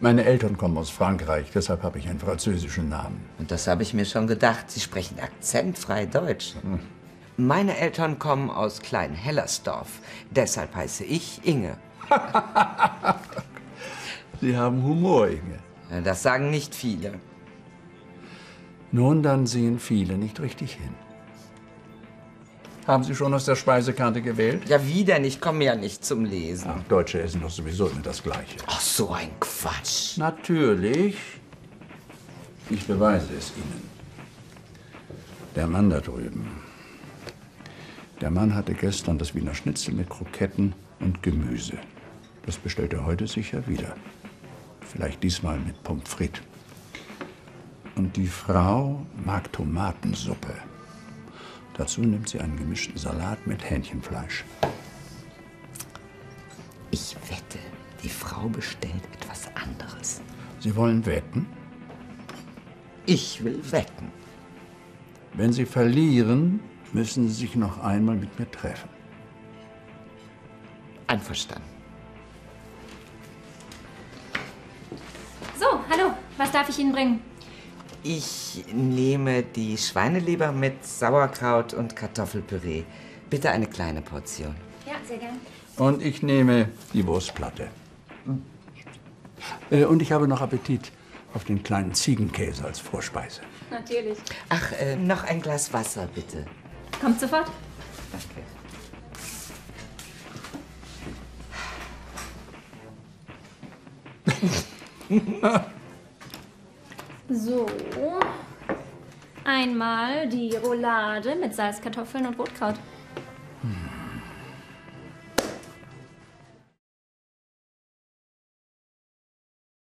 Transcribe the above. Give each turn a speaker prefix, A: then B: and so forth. A: Meine Eltern kommen aus Frankreich, deshalb habe ich einen französischen Namen.
B: Und das habe ich mir schon gedacht. Sie sprechen akzentfrei Deutsch. Meine Eltern kommen aus Klein-Hellersdorf. Deshalb heiße ich Inge.
A: Sie haben Humor, Inge.
B: Das sagen nicht viele.
A: Nun, dann sehen viele nicht richtig hin. Haben Sie schon aus der Speisekarte gewählt?
B: Ja, wieder nicht. Ich komme ja nicht zum Lesen.
A: Ach, Deutsche essen doch sowieso immer das Gleiche.
B: Ach, so ein Quatsch.
A: Natürlich. Ich beweise es Ihnen. Der Mann da drüben. Der Mann hatte gestern das Wiener Schnitzel mit Kroketten und Gemüse. Das bestellt er heute sicher wieder. Vielleicht diesmal mit Pommes frites. Und die Frau mag Tomatensuppe. Dazu nimmt sie einen gemischten Salat mit Hähnchenfleisch.
B: Ich wette, die Frau bestellt etwas anderes.
A: Sie wollen wetten?
B: Ich will wetten.
A: Wenn Sie verlieren, müssen Sie sich noch einmal mit mir treffen.
B: Einverstanden.
C: So, hallo, was darf ich Ihnen bringen?
B: Ich nehme die Schweineleber mit Sauerkraut und Kartoffelpüree. Bitte eine kleine Portion.
C: Ja, sehr gern.
A: Und ich nehme die Wurstplatte. Äh, Und ich habe noch Appetit auf den kleinen Ziegenkäse als Vorspeise.
C: Natürlich.
B: Ach, äh, noch ein Glas Wasser, bitte.
C: Kommt sofort.
B: Danke.
C: So. Einmal die Roulade mit Salz, Kartoffeln und Rotkraut.